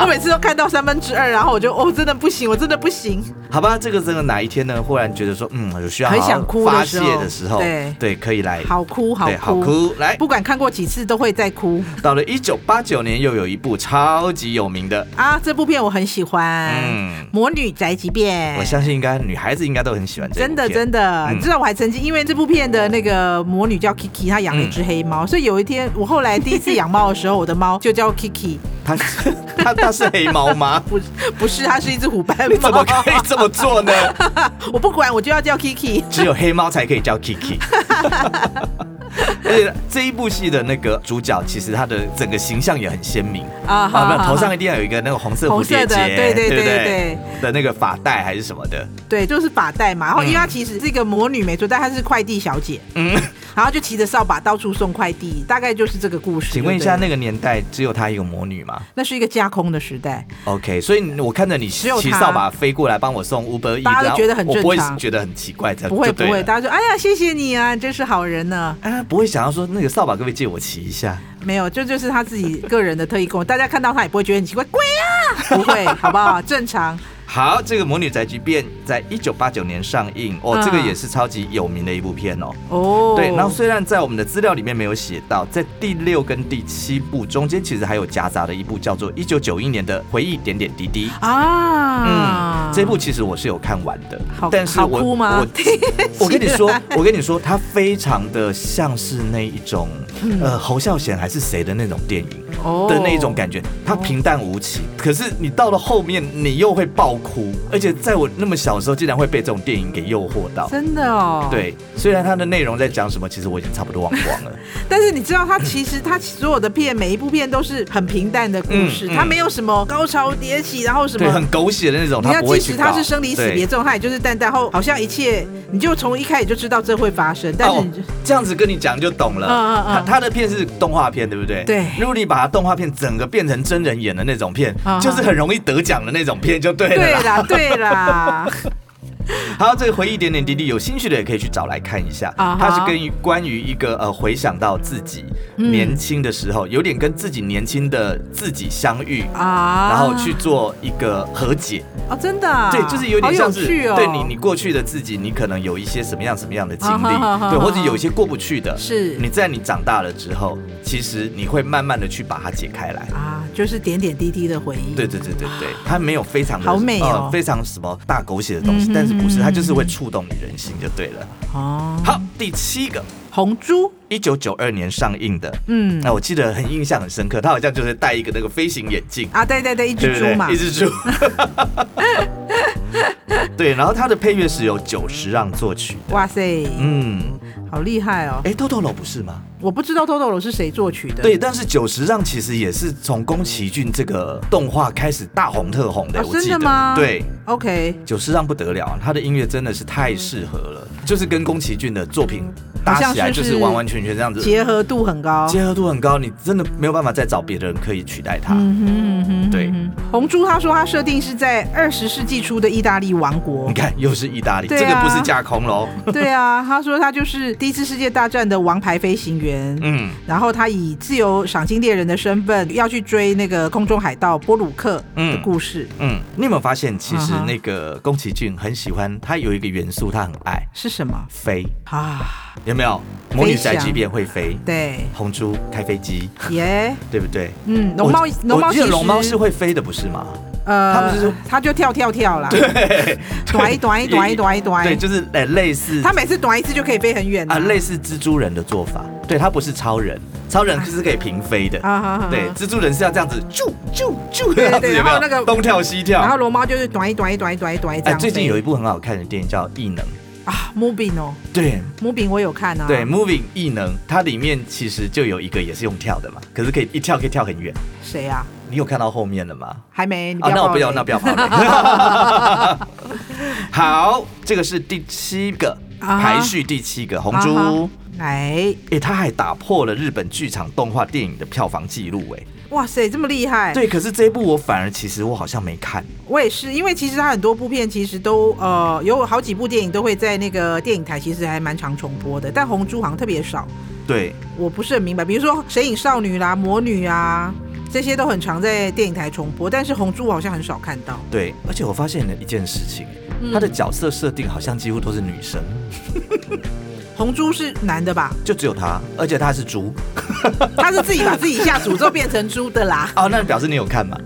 Speaker 2: 我每次都看到三分之二，然后我就哦，真的不行，我真的不行。
Speaker 1: 好吧，这个真的哪一天呢，忽然觉得说，嗯，有需要
Speaker 2: 很
Speaker 1: 好好
Speaker 2: 想哭的
Speaker 1: 发
Speaker 2: 时
Speaker 1: 泄
Speaker 2: 候
Speaker 1: 的时候，
Speaker 2: 对
Speaker 1: 可以来，
Speaker 2: 好哭，好
Speaker 1: 对，
Speaker 2: 哭，
Speaker 1: 好哭。哎来，
Speaker 2: 不管看过几次都会再哭
Speaker 1: 到了一九八九年，又有一部超级有名的，
Speaker 2: 啊！这部片我很喜欢，
Speaker 1: 嗯
Speaker 2: 魔女宅急便》。
Speaker 1: 我相信应该女孩子应该都很喜欢这部
Speaker 2: 真的
Speaker 1: 片
Speaker 2: 真的，
Speaker 1: 嗯
Speaker 2: 你知道我还曾经因为这部片的那个魔女叫 Kiki，她养了一只黑
Speaker 1: 嗯
Speaker 2: 猫，所以有一天我后来第一次养猫的时候，我的猫就叫 Kiki，
Speaker 1: 它它它是黑猫吗？
Speaker 2: 不是不是，它是一只虎斑
Speaker 1: 你怎么
Speaker 2: 猫。
Speaker 1: 可以这么做呢？
Speaker 2: 我不管，我就要叫 Kiki。
Speaker 1: 只有黑猫才可以叫 Kiki。而且这一部戏的那个主角，其实他的整个形象也很鲜明
Speaker 2: 啊好
Speaker 1: 没有
Speaker 2: 好
Speaker 1: 头上一定要有一个那个红色蝴蝶
Speaker 2: 红色的
Speaker 1: 结，
Speaker 2: 对对
Speaker 1: 对不
Speaker 2: 对对
Speaker 1: 对的那个发带还是什么的，
Speaker 2: 对，就是发带嘛。然后因为
Speaker 1: 嗯
Speaker 2: 她其实是一个魔女没错，但她是快递小姐，
Speaker 1: 嗯，
Speaker 2: 然后就骑着扫把到处送快递，大概就是这个故事。
Speaker 1: 请问一
Speaker 2: 对
Speaker 1: 下，
Speaker 2: 不对
Speaker 1: 那个年代只有她一个魔女吗
Speaker 2: 那是一个架空的时代，
Speaker 1: ？OK，所以我看着你
Speaker 2: 有她
Speaker 1: 骑扫把飞过来帮我送 Uber E，
Speaker 2: 大家都
Speaker 1: 然后
Speaker 2: 觉得很
Speaker 1: 我不会
Speaker 2: 正常
Speaker 1: 觉得很奇怪，这样
Speaker 2: 不会
Speaker 1: 呃就
Speaker 2: 不
Speaker 1: 对
Speaker 2: 会，
Speaker 1: 了
Speaker 2: 大家说哎呀谢谢你啊，你真是好人呢、
Speaker 1: 啊，不会想要说那个扫把可不可以借我骑一下？
Speaker 2: 没有，这就是他自己个人的特异功能，大家看到他也不会觉得很奇怪，鬼啊，不会，好不好？正常。
Speaker 1: 好，这个《魔女宅急便》在一九八九年上映哦，
Speaker 2: 嗯
Speaker 1: 这个也是超级有名的一部片哦。
Speaker 2: 哦，
Speaker 1: 对，然后虽然在我们的资料里面没有写到，在第六跟第七部中间，其实还有夹杂了一部叫做《一九九一年的回忆点点滴滴》。
Speaker 2: 啊，
Speaker 1: 嗯，这部其实我是有看完的
Speaker 2: 好，
Speaker 1: 但是
Speaker 2: 好
Speaker 1: 我
Speaker 2: 哭吗
Speaker 1: 我 我跟你说，我跟你说，它非常的像是那一种，
Speaker 2: 嗯
Speaker 1: 呃，侯孝贤还是谁的那种电影
Speaker 2: 哦
Speaker 1: 的那一种感觉，它平淡无奇，可是你到了后面你又会爆哭，而且在我那么小的时候，竟然会被这种电影给诱惑到。
Speaker 2: 真的哦，。
Speaker 1: 对，虽然它的内容在讲什么，其实我已经差不多忘光了。
Speaker 2: 但是你知道，他其实他所有的片，每一部片都是很平淡的故事，
Speaker 1: 嗯嗯
Speaker 2: 他没有什么高潮迭起，然后什
Speaker 1: 对，
Speaker 2: 么
Speaker 1: 很狗血的那种，
Speaker 2: 你
Speaker 1: 他
Speaker 2: 看，
Speaker 1: 不会
Speaker 2: 即
Speaker 1: 去
Speaker 2: 使
Speaker 1: 搞。
Speaker 2: 他是生离死别
Speaker 1: 对
Speaker 2: 这种，他也就是淡淡后，好像一切你就从一开始就知道这会发生，但是
Speaker 1: 哦
Speaker 2: 你就、，
Speaker 1: 这样子跟你讲就懂了。
Speaker 2: 嗯嗯嗯
Speaker 1: 他他的片是动画片，对不对？
Speaker 2: 对
Speaker 1: 如果你把它动画片整个变成真人演的那种片
Speaker 2: 嗯，嗯
Speaker 1: 就是很容易得奖的那种片，就对
Speaker 2: 对啊
Speaker 1: 了啦。
Speaker 2: 啦，对 啦，
Speaker 1: 好，这个回忆点点滴滴，有兴趣的也可以去找来看一下。
Speaker 2: 啊哈
Speaker 1: 它是跟于关于一个呃，回想到自己
Speaker 2: 嗯
Speaker 1: 年轻的时候，有点跟自己年轻的自己相遇。
Speaker 2: 啊，
Speaker 1: 然后去做一个和解，
Speaker 2: 哦，真的啊、
Speaker 1: 对，就是有点像是
Speaker 2: 好有趣哦、
Speaker 1: 对你你过去的自己，你可能有一些什么样什么样的经历，
Speaker 2: 啊哈哈哈
Speaker 1: 对，或者
Speaker 2: 哈
Speaker 1: 有一些过不去的，
Speaker 2: 是
Speaker 1: 你在你长大了之后，其实你会慢慢的去把它解开来。
Speaker 2: 啊，就是点点滴滴的回忆，
Speaker 1: 对对对对对，它没有非常的
Speaker 2: 啊
Speaker 1: 呃
Speaker 2: 好美哦
Speaker 1: 非常什么大狗血的东西，
Speaker 2: 嗯
Speaker 1: 但是不是，
Speaker 2: 嗯
Speaker 1: 它就是会触动你人心就对了。
Speaker 2: 哦，
Speaker 1: 好，第七个，
Speaker 2: 红猪，
Speaker 1: 一九九二年上映的，
Speaker 2: 嗯
Speaker 1: 那我记得很印象很深刻，它好像就是戴一个那个飞行眼镜，
Speaker 2: 啊，对对对，一
Speaker 1: 对
Speaker 2: 只
Speaker 1: 不
Speaker 2: 猪
Speaker 1: 对
Speaker 2: 嘛，？
Speaker 1: 一只猪。对，然后它的配乐是由久石让作曲的。
Speaker 2: 哇塞，
Speaker 1: 嗯，
Speaker 2: 好厉害哦！
Speaker 1: 哎，豆豆楼不是吗？
Speaker 2: 我不知道豆豆楼是谁作曲的，
Speaker 1: 对，但是久石让其实也是从宫崎骏这个动画开始大红特红的，
Speaker 2: 哦
Speaker 1: 我
Speaker 2: 真
Speaker 1: 记
Speaker 2: 的
Speaker 1: 得。
Speaker 2: 吗
Speaker 1: 对，
Speaker 2: ，OK，
Speaker 1: 久石让不得了啊，他的音乐真的是太适合了，就是跟宫崎骏的作品搭
Speaker 2: 好像
Speaker 1: 起来，
Speaker 2: 是
Speaker 1: 就是
Speaker 2: 是
Speaker 1: 完完全全这样子，
Speaker 2: 结合度很高。
Speaker 1: 结合度很高，你真的没有办法再找别的人可以取代他。
Speaker 2: 嗯哼嗯哼，嗯
Speaker 1: 对
Speaker 2: 哼红猪他说他设定是在二十世纪初的意大利王国
Speaker 1: 你，看，又是意大利，
Speaker 2: 对啊
Speaker 1: 这个不是架空喽。
Speaker 2: 对啊，他说他就是第一次世界大战的王牌飞行员，
Speaker 1: 嗯
Speaker 2: 然后他以自由赏金猎人的身份要去追那个空中海盗波鲁克的故事，
Speaker 1: 嗯，你有没有发现，其实
Speaker 2: 啊哈
Speaker 1: 那个宫崎骏很喜欢他有一个元素，他很爱
Speaker 2: 是什么
Speaker 1: 飞，
Speaker 2: 啊？
Speaker 1: 有没有？魔女宅
Speaker 2: 翔
Speaker 1: 急便会飞，
Speaker 2: 对，
Speaker 1: 红猪开飞机，
Speaker 2: 耶，
Speaker 1: 对不对？
Speaker 2: 嗯，龙猫
Speaker 1: 我记，
Speaker 2: 龙猫
Speaker 1: 我
Speaker 2: 其
Speaker 1: 记
Speaker 2: 实
Speaker 1: 得龙猫是会飞的，不是吗？
Speaker 2: 呃，
Speaker 1: 它不是
Speaker 2: 它就跳跳跳啦，短一短一短一短一短
Speaker 1: 对，
Speaker 2: 一，
Speaker 1: 就是呃类似
Speaker 2: 它每次短一次就可以飞很远
Speaker 1: 啊，类
Speaker 2: 似
Speaker 1: 似蜘蛛人的做法，对，它不是超人，超人就是可以平飞的，
Speaker 2: 啊哈哈，
Speaker 1: 对，蜘蛛人是要这样子啾啾啾这
Speaker 2: 对
Speaker 1: 样
Speaker 2: 对
Speaker 1: 子，有没
Speaker 2: 然后
Speaker 1: 有？
Speaker 2: 那个
Speaker 1: 东跳西
Speaker 2: 然后
Speaker 1: 跳。
Speaker 2: 龙猫就是短一短一短一短一短一这
Speaker 1: 哎，
Speaker 2: 样飞。
Speaker 1: 最近有一部很好看的电影叫《异能》，
Speaker 2: 啊，Moving 哦
Speaker 1: 对
Speaker 2: ，Moving 我有看啊，
Speaker 1: 对，《Moving 异能》，它里面其实就有一个也是用跳的嘛，可是可以一跳可以跳很远。
Speaker 2: 谁啊？
Speaker 1: 你有看到后面了吗？
Speaker 2: 还没，你
Speaker 1: 啊，那我
Speaker 2: 爆
Speaker 1: 不要，
Speaker 2: 雷
Speaker 1: 那不要跑了。 好，这个是第七个
Speaker 2: 啊哈
Speaker 1: 排序，第七个红
Speaker 2: 啊哈
Speaker 1: 猪。
Speaker 2: 哎，
Speaker 1: 哎、他还打破了日本剧场动画电影的票房纪录，哎，
Speaker 2: 哇塞，这么厉害！
Speaker 1: 对，可是这一部我反而其实我好像没看，
Speaker 2: 我也是，因为其实它很多部片其实都呃有好几部电影都会在那个电影台，其实还蛮常重播的，但红猪好像特别少，
Speaker 1: 对，
Speaker 2: 我不是很明白。比如说《神隐少女》啦，《魔女》啊，这些都很常在电影台重播，但是红猪好像很少看到。
Speaker 1: 对，而且我发现了一件事情，
Speaker 2: 嗯
Speaker 1: 她的角色设定好像几乎都是女生，
Speaker 2: 红猪是男的吧？
Speaker 1: 就只有她，而且她是猪。
Speaker 2: 他是自己把自己下诅咒变成猪的啦，
Speaker 1: 哦，那表示你有看嘛？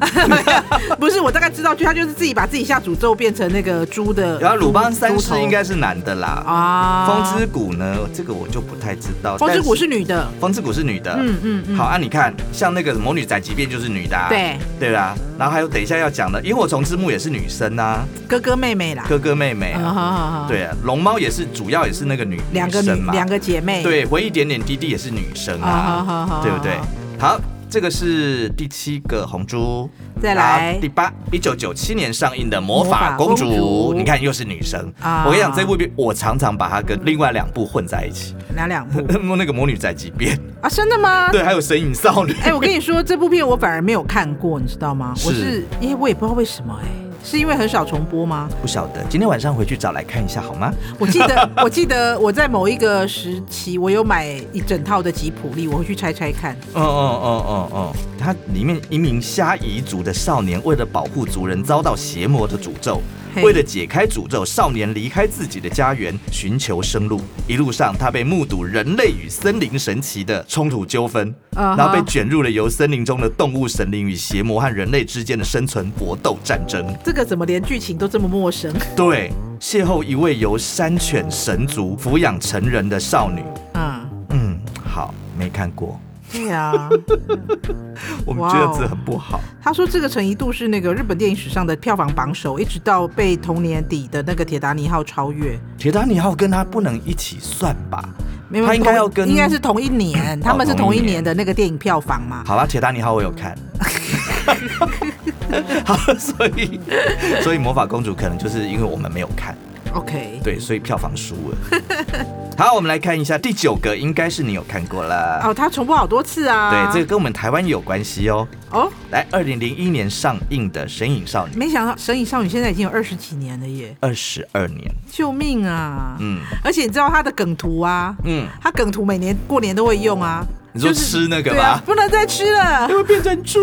Speaker 2: 不是？我大概知道，就他就是自己把自己下诅咒变成那个猪的。
Speaker 1: 然后鲁邦三
Speaker 2: 猪头
Speaker 1: 世应该是男的啦，
Speaker 2: 啊，
Speaker 1: 风之谷呢，这个我就不太知道。
Speaker 2: 风之谷
Speaker 1: 但
Speaker 2: 是女的，
Speaker 1: 风之谷是女的，
Speaker 2: 嗯嗯嗯，
Speaker 1: 好，啊，你看，像那个魔女宅急便就是女的、啊，
Speaker 2: 对，
Speaker 1: 对啦，然后还有等一下要讲的萤火虫之墓也是女生啊，
Speaker 2: 哥哥妹妹啦，
Speaker 1: 哥哥妹妹
Speaker 2: 嗯
Speaker 1: 啊，
Speaker 2: 好好好
Speaker 1: 对啊，龙猫也是主要也是那个女
Speaker 2: 两个
Speaker 1: 女生
Speaker 2: 女
Speaker 1: 嘛，
Speaker 2: 两个姐妹，
Speaker 1: 对，回忆点点滴滴也是女生
Speaker 2: 啊，好
Speaker 1: 啊，
Speaker 2: 好好，
Speaker 1: 对不对
Speaker 2: 好？
Speaker 1: 好，这个是第七个红猪，
Speaker 2: 再来
Speaker 1: 然后第八，一九九七年上映的《魔法
Speaker 2: 魔法
Speaker 1: 公
Speaker 2: 公
Speaker 1: 主》
Speaker 2: 主
Speaker 1: 你看又是女生。
Speaker 2: 啊
Speaker 1: 我跟你讲，这部片我常常把它跟另外两部混在一起，
Speaker 2: 哪两部
Speaker 1: 那个《魔女宅急便》，
Speaker 2: 啊？真的吗？
Speaker 1: 对，还有《神隐少女》。
Speaker 2: 哎、我跟你说，这部片我反而没有看过，你知道吗？
Speaker 1: 是
Speaker 2: 我是，因为我也不知道为什么、哎，是因为很少重播吗？
Speaker 1: 不晓得，今天晚上回去找来看一下好吗？
Speaker 2: 我记 得，我记得我在某一个时期，我有买一整套的吉普力，我会去拆拆看。
Speaker 1: 嗯嗯嗯嗯嗯，它里面一名虾夷族的少年，为了保护族人，遭到邪魔的诅咒。
Speaker 2: 嘿
Speaker 1: 为了解开诅咒，少年离开自己的家园，寻求生路。一路上，他被目睹人类与森林神奇的冲突纠纷
Speaker 2: 啊哈
Speaker 1: 然后被卷入了由森林中的动物神灵与邪魔和人类之间的生存搏斗战争。
Speaker 2: 这个怎么连剧情都这么陌生？
Speaker 1: 对，邂逅一位由山犬神族抚养成人的少女。
Speaker 2: 啊，
Speaker 1: 嗯，好，没看过。
Speaker 2: 对啊，
Speaker 1: 我们
Speaker 2: 哇
Speaker 1: 觉
Speaker 2: 哦
Speaker 1: 得这很不好。
Speaker 2: 他说这个曾一度是那个日本电影史上的票房榜首，一直到被同年底的那个《铁达尼号》超越。
Speaker 1: 铁达尼号跟他不能一起算吧？
Speaker 2: 没有
Speaker 1: 他应该
Speaker 2: 同
Speaker 1: 要跟哦
Speaker 2: 应该是同一年，他们是同一年的那个电影票房嘛。
Speaker 1: 好啦，铁达尼号我有看。 好，所以所以魔法公主可能就是因为我们没有看，
Speaker 2: OK，
Speaker 1: 对，所以票房输 了。好，我们来看一下第九个，应该是你有看过了。
Speaker 2: 哦，他重播好多次啊。
Speaker 1: 对，这个跟我们台湾有关系哦。
Speaker 2: 哦，
Speaker 1: 来，二零零一年上映的《神隐少女》，
Speaker 2: 没想到《神隐少女》现在已经有二十几年了耶！
Speaker 1: 二十二年，
Speaker 2: 救命啊！
Speaker 1: 嗯
Speaker 2: 而且你知道他的梗图啊，
Speaker 1: 嗯，
Speaker 2: 他梗图每年过年都会用啊。
Speaker 1: 你说
Speaker 2: 就是
Speaker 1: 吃那个
Speaker 2: 对啊
Speaker 1: 吧，？
Speaker 2: 不能再吃 了。
Speaker 1: 会变成猪。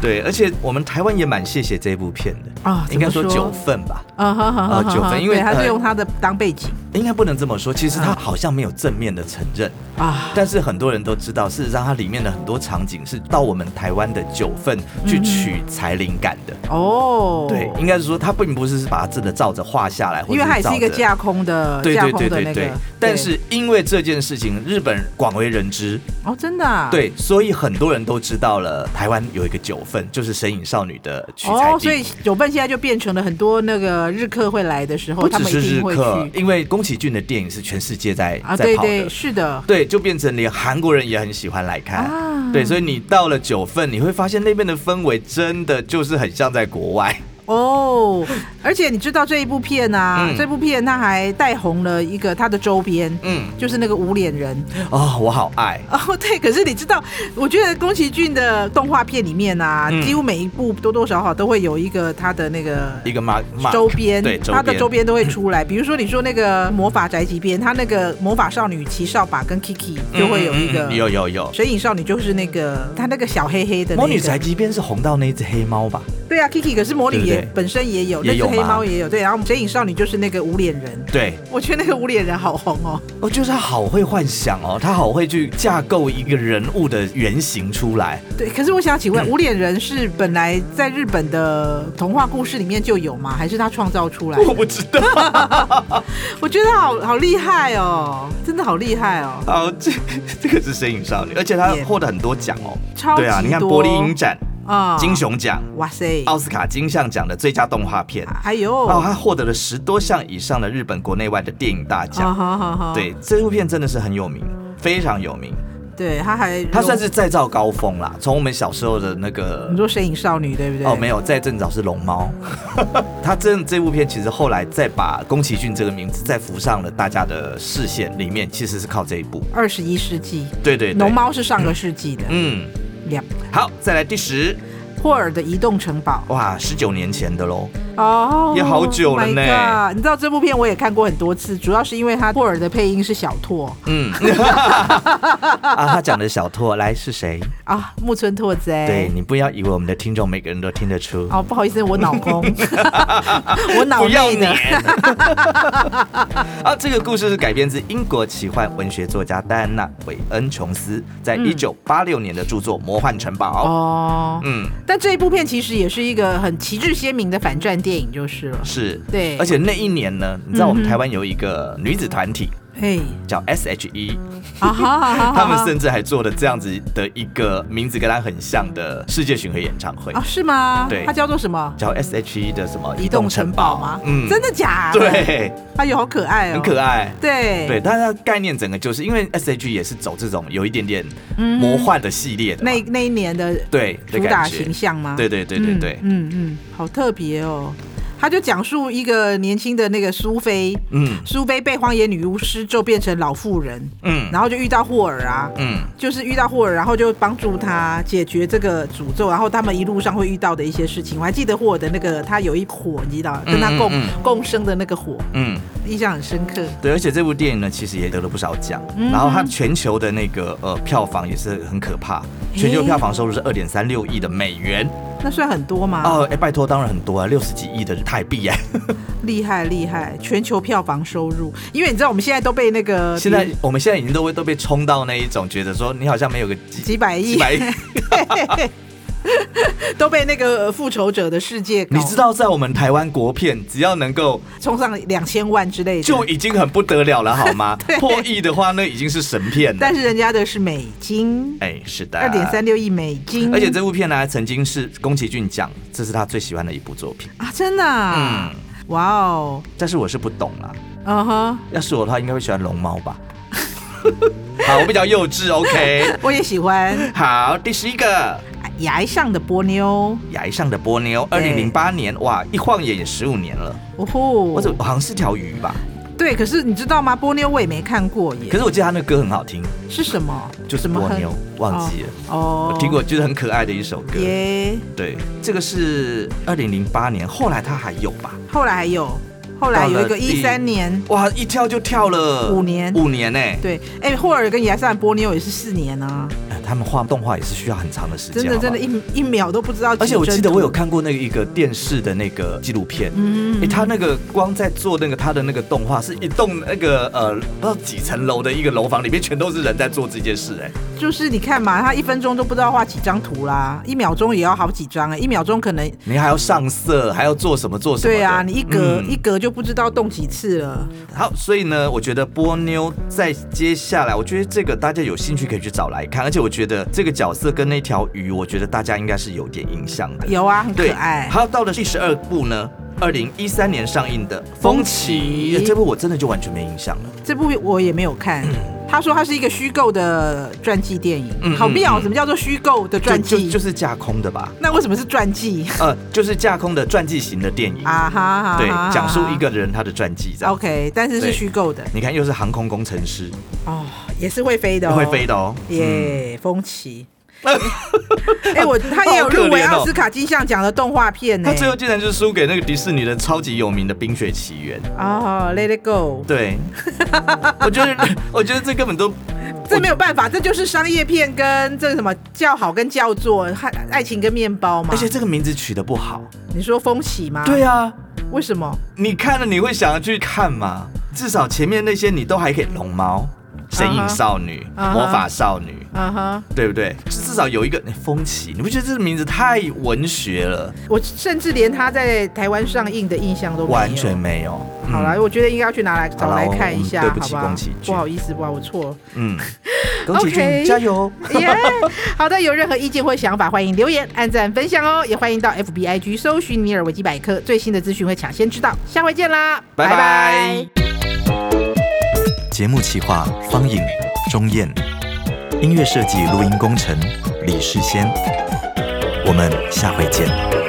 Speaker 1: 对，而且我们台湾也蛮谢谢这部片的
Speaker 2: 啊
Speaker 1: 应该说
Speaker 2: 怎么说
Speaker 1: 九份吧。
Speaker 2: 啊哈哈
Speaker 1: 呃九分因为
Speaker 2: 对他是
Speaker 1: 呃
Speaker 2: 用他的当背景
Speaker 1: 应该不能这么说，其实他
Speaker 2: 嗯
Speaker 1: 好像没有正面的承认，
Speaker 2: 啊。
Speaker 1: 但是很多人都知道，事实上它里面的很多场景是到我们台湾的九份去取材灵感的。
Speaker 2: 嗯哦，
Speaker 1: 对，应该是说他并不是把它真的照着画下来，或
Speaker 2: 因
Speaker 1: 者
Speaker 2: 为
Speaker 1: 是
Speaker 2: 他也是一个
Speaker 1: 照着
Speaker 2: 架空的，
Speaker 1: 对
Speaker 2: 架
Speaker 1: 对
Speaker 2: 空
Speaker 1: 对
Speaker 2: 的
Speaker 1: 对
Speaker 2: 那
Speaker 1: 对
Speaker 2: 个
Speaker 1: 对。，但是因为这件事情，日本广为人知，
Speaker 2: 哦，真的啊
Speaker 1: 对，所以很多人都知道了台湾有一个九份，就是《神隐少女》的取材
Speaker 2: 哦，所以
Speaker 1: 地。
Speaker 2: 九份现在就变成了很多那个日客会来的时候，
Speaker 1: 不
Speaker 2: 他
Speaker 1: 只
Speaker 2: 们
Speaker 1: 是
Speaker 2: 一
Speaker 1: 日
Speaker 2: 定会
Speaker 1: 客，
Speaker 2: 去
Speaker 1: 因为宫崎骏的电影是全世界在
Speaker 2: 啊，
Speaker 1: 在
Speaker 2: 对
Speaker 1: 跑的
Speaker 2: 对，，是的，
Speaker 1: 对，就变成连韩国人也很喜欢来看。
Speaker 2: 啊
Speaker 1: 对，所以你到了九份，你会发现那边的氛围真的就是很像在国外。
Speaker 2: 哦。而且你知道这一部片啊，
Speaker 1: 嗯
Speaker 2: 这部片它还带红了一个它的周边。
Speaker 1: 嗯，
Speaker 2: 就是那个无脸人
Speaker 1: 哦，我好爱。
Speaker 2: 哦，对，可是你知道，我觉得宫崎骏的动画片里面啊，
Speaker 1: 嗯
Speaker 2: 几乎每一部多多少少都会有一个他的那个
Speaker 1: 一个马马
Speaker 2: 周边，
Speaker 1: 对，
Speaker 2: 它的周
Speaker 1: 边
Speaker 2: 边都会出来。比如说你说那个魔法宅急便，它那个魔法少女骑扫把跟 Kiki 就会有一
Speaker 1: 嗯
Speaker 2: 个、
Speaker 1: 嗯嗯有有有。
Speaker 2: 水影少女就是那个她那个小黑黑的、那个
Speaker 1: 魔女宅急便是红到那只黑猫吧？
Speaker 2: 对啊，Kiki 可是魔女
Speaker 1: 对不
Speaker 2: 也
Speaker 1: 对
Speaker 2: 本身也有，
Speaker 1: 也
Speaker 2: 那只
Speaker 1: 有
Speaker 2: 黑
Speaker 1: 吗
Speaker 2: 猫也有，对，然后水影少女就是那个无脸人，
Speaker 1: 对，
Speaker 2: 我觉得那个无脸人好红哦，
Speaker 1: 我觉得他好会幻想哦，他好会去架构一个人物的原型出来。
Speaker 2: 对，可是我想
Speaker 1: 嗯
Speaker 2: 请问，无脸人是本来在日本的童话故事里面就有吗？还是他创造出来？
Speaker 1: 我不知道，
Speaker 2: 我觉得好好厉害哦，真的好厉害哦，
Speaker 1: 好，这这个是《神隐少女》，而且他
Speaker 2: 也
Speaker 1: 获得很多奖哦。
Speaker 2: 超级
Speaker 1: 对啊，你看
Speaker 2: 多
Speaker 1: 柏林哦影展、
Speaker 2: 啊
Speaker 1: 金，熊奖、
Speaker 2: 哇塞，
Speaker 1: 奥斯卡金像奖的最佳动画片，
Speaker 2: 哎呦，
Speaker 1: 然后他获得了十多项以上的日本国内外的电影大
Speaker 2: 啊
Speaker 1: 奖。
Speaker 2: 好好好，
Speaker 1: 对，这部片真的是很有名，非常有名。
Speaker 2: 对，他还
Speaker 1: 它算是再造高峰啦，从我们小时候的那个
Speaker 2: 你说《神隐少女》对不对？
Speaker 1: 哦，没有，再更早是龙猫。 他真这部片其实后来再把宫崎骏这个名字再浮上了大家的视线里面，其实是靠这一部。
Speaker 2: 二十一世纪，
Speaker 1: 对对对，
Speaker 2: 龙。猫是上个世纪的，
Speaker 1: 嗯，
Speaker 2: 两
Speaker 1: 好，再来第十，
Speaker 2: 霍尔的移动城堡
Speaker 1: 哇，十九年前的喽。
Speaker 2: 哦，
Speaker 1: 也好久了呢
Speaker 2: my god，你知道这部片我也看过很多次，主要是因为他霍尔的配音是小拓
Speaker 1: 嗯， 啊，他讲的小拓来是谁？
Speaker 2: 啊，木村拓哉。
Speaker 1: 对你不要以为我们的听众每个人都听得出，
Speaker 2: 哦，不好意思，我脑 空，我脑
Speaker 1: 不要
Speaker 2: 内
Speaker 1: 脸
Speaker 2: 的。。
Speaker 1: 啊，这个故事是改编自英国奇幻文学作家戴安娜·韦恩琼斯在一九八六年的著作《魔幻城堡》。
Speaker 2: 嗯哦，
Speaker 1: 嗯，
Speaker 2: 但这一部片其实也是一个很旗帜鲜明的反战电影，就是了。
Speaker 1: 是，
Speaker 2: 对
Speaker 1: 而且那一年呢，你知道我们
Speaker 2: 嗯哼
Speaker 1: 台湾有一个女子团体
Speaker 2: 嘿，
Speaker 1: 叫 E S.H.E，
Speaker 2: 啊哈啊哈，
Speaker 1: 他们甚至还做了这样子的一个名字跟她很像的世界巡回演唱会
Speaker 2: 啊，，是吗？
Speaker 1: 对
Speaker 2: 它叫做什么？
Speaker 1: 叫 S.H.E 的什么
Speaker 2: 移动城堡吗？
Speaker 1: 嗯，
Speaker 2: 真的假的？，
Speaker 1: 对，
Speaker 2: 哎呦，好可爱哦，
Speaker 1: 很可
Speaker 2: 爱。
Speaker 1: 爱。
Speaker 2: 对
Speaker 1: 对，但它概念整个就是因为 S.H.E 也是走这种有一点点
Speaker 2: 嗯
Speaker 1: 魔幻的系列的嘛，
Speaker 2: 那那一年的
Speaker 1: 对的
Speaker 2: 主打
Speaker 1: 感觉
Speaker 2: 形。象吗？
Speaker 1: 对对对对对，
Speaker 2: 嗯嗯嗯，好特别哦。他就讲述一个年轻的那个苏菲，
Speaker 1: 嗯
Speaker 2: 苏菲被荒野女巫施咒变成老妇人，
Speaker 1: 嗯
Speaker 2: 然后就遇到霍尔啊，
Speaker 1: 嗯，
Speaker 2: 就是遇到霍尔，然后就帮助他解决这个诅咒，然后他们一路上会遇到的一些事情。我还记得霍尔的那个，他有一火，你知道，跟他共
Speaker 1: 嗯
Speaker 2: 共生的那个火，
Speaker 1: 嗯，
Speaker 2: 印象很深刻。
Speaker 1: 对，而且这部电影呢，其实也得了不少奖，
Speaker 2: 嗯
Speaker 1: 然后它全球的那个呃票房也是很可怕，全球
Speaker 2: 诶
Speaker 1: 票房收入是二点三六亿的美元，
Speaker 2: 那算很多吗？
Speaker 1: 哦，哎，拜托，当然很多啊，六十几亿的泰币哎，
Speaker 2: 厉害厉害！全球票房收入，因为你知道我们现在都被那个
Speaker 1: 现在我们现在已经都会都被冲到那一种，觉得说你好像没有个几
Speaker 2: 几百亿
Speaker 1: 几百亿，
Speaker 2: 都被那个呃复仇者的世界搞，
Speaker 1: 你知道在我们台湾国片，只要能够
Speaker 2: 冲上两千万之类的，
Speaker 1: 就已经很不得了了，好吗
Speaker 2: 对？
Speaker 1: 破亿的话，那已经是神片了
Speaker 2: 但。是人家的是美金，
Speaker 1: 哎，是的，
Speaker 2: 二点。三六亿美金，
Speaker 1: 而且这部片呢，还曾经是宫崎骏讲这是他最喜欢的一部作品。
Speaker 2: 啊，真的、啊，
Speaker 1: 嗯，
Speaker 2: 哇哦，
Speaker 1: 但是我是不懂啦。
Speaker 2: 嗯哼，
Speaker 1: 要是我的话，应该会喜欢龙猫 吧。好，我比较幼稚，OK。
Speaker 2: 我也喜欢
Speaker 1: 好，第十一个，
Speaker 2: 崖上的波妞，
Speaker 1: 崖上的波妞，二零零八年，哇，一晃眼也十五年了。
Speaker 2: 哎哦吼
Speaker 1: 我，怎我好像是条鱼吧？
Speaker 2: 对，可是你知道吗？波妞我也没看过耶，
Speaker 1: 可是我记得他那个歌很好听，
Speaker 2: 是什么？
Speaker 1: 就是
Speaker 2: 什么
Speaker 1: 波
Speaker 2: 很
Speaker 1: 妞，忘记了。
Speaker 2: 哦，
Speaker 1: 我听过，就是很可爱的一首歌。
Speaker 2: 耶，
Speaker 1: 对，这个是二零零八年，后来他还有吧？
Speaker 2: 后来还有，后来有一个一三年。
Speaker 1: 哇，一跳就跳了
Speaker 2: 五年
Speaker 1: 五年呢、欸。
Speaker 2: 对，哎、霍尔跟崖上的波妞也是四年啊，
Speaker 1: 哎他们画动画也是需要很长的时间，
Speaker 2: 真的
Speaker 1: 好不
Speaker 2: 真
Speaker 1: 好
Speaker 2: 的，。一一秒都不知道。
Speaker 1: 而且我记得我有，看过那个一个电视的那个纪录片，
Speaker 2: 嗯
Speaker 1: 哎、他那个光在做那个他的那个动画，是一栋那个呃不知道几层楼的一个楼房，里面全都是人在做这件事、哎，
Speaker 2: 就是你看嘛，他一分钟都不知道画几张图啦，一秒钟也要好几张哎、一秒钟可能
Speaker 1: 你还要上色，还要做什么做什么的？
Speaker 2: 对啊，你一格、
Speaker 1: 嗯
Speaker 2: 一格就不知道动几次了。
Speaker 1: 好，所以呢，我觉得波妞在接下来，我觉得这个大家有兴趣可以去找来看，而且我觉得这个角色跟那条鱼，我觉得大家应该是有点印象的，
Speaker 2: 有啊，很可
Speaker 1: 对。
Speaker 2: 爱。
Speaker 1: 好，到了第十二部呢，二零一三年上映的《
Speaker 2: 风
Speaker 1: 风
Speaker 2: 起
Speaker 1: 起》哎这部我真的就完全没印象了。
Speaker 2: 这部我也没有看。他说它是一个虚构的传记电影，
Speaker 1: 嗯
Speaker 2: 好妙！
Speaker 1: 嗯嗯
Speaker 2: 什么叫做虚构的传
Speaker 1: 就
Speaker 2: 记？
Speaker 1: 就就是架空的吧？
Speaker 2: 那为什么是传记
Speaker 1: 呃，就是架空的传记型的电影，
Speaker 2: 啊？哈哈，
Speaker 1: 对
Speaker 2: 哈哈，
Speaker 1: 讲述一个人他的传记这样。
Speaker 2: OK，但是是
Speaker 1: 对
Speaker 2: 虚构的
Speaker 1: 你看，又是航空工程师，
Speaker 2: 哦，也是会飞的、哦，
Speaker 1: 会飞的哦。嗯
Speaker 2: 耶，风起。哎，我他也有
Speaker 1: 好可怜哦
Speaker 2: 入围奥斯卡金像奖的动画片 呢
Speaker 1: 他。最后竟然就输给那个迪士尼的超级有名的《冰雪奇缘》。
Speaker 2: 哦，Let It Go，
Speaker 1: 对，我觉得，我觉得这根本都
Speaker 2: 这没有办法，这就是商业片跟这个什么叫好跟叫座，爱爱情跟面包嘛
Speaker 1: 而。且这个名字取得不好。
Speaker 2: 你说风起吗？
Speaker 1: 对，啊，
Speaker 2: 为什么？
Speaker 1: 你看了你会想要去看吗？至少前面那些你都还可以，龙猫、神
Speaker 2: 啊哈
Speaker 1: 隐少女、
Speaker 2: 啊哈
Speaker 1: 魔法少女，
Speaker 2: 嗯哼。
Speaker 1: 对不对？至少有一个哎风起，你不觉得这个名字太文学了？
Speaker 2: 我甚至连他在台湾上映的印象都没有
Speaker 1: 完全。没有。嗯
Speaker 2: 好了，我觉得应该要去拿来找
Speaker 1: 好啦
Speaker 2: 来
Speaker 1: 我
Speaker 2: 看一
Speaker 1: 我
Speaker 2: 下，
Speaker 1: 对
Speaker 2: 好
Speaker 1: 不起
Speaker 2: 吧
Speaker 1: 宫崎？骏
Speaker 2: 不好意思，不好，我错了。
Speaker 1: 嗯，宫崎
Speaker 2: OK
Speaker 1: 骏加油！
Speaker 2: 耶、好的，有任何意见或想法，欢迎留言、按赞、分享哦，也欢迎到 FBIG 搜寻尼尔维基百科，最新的资讯会抢先知道。下回见啦，
Speaker 1: 拜拜节目企划方颖、钟燕，音乐设计、录音工程李世先。我们下回见。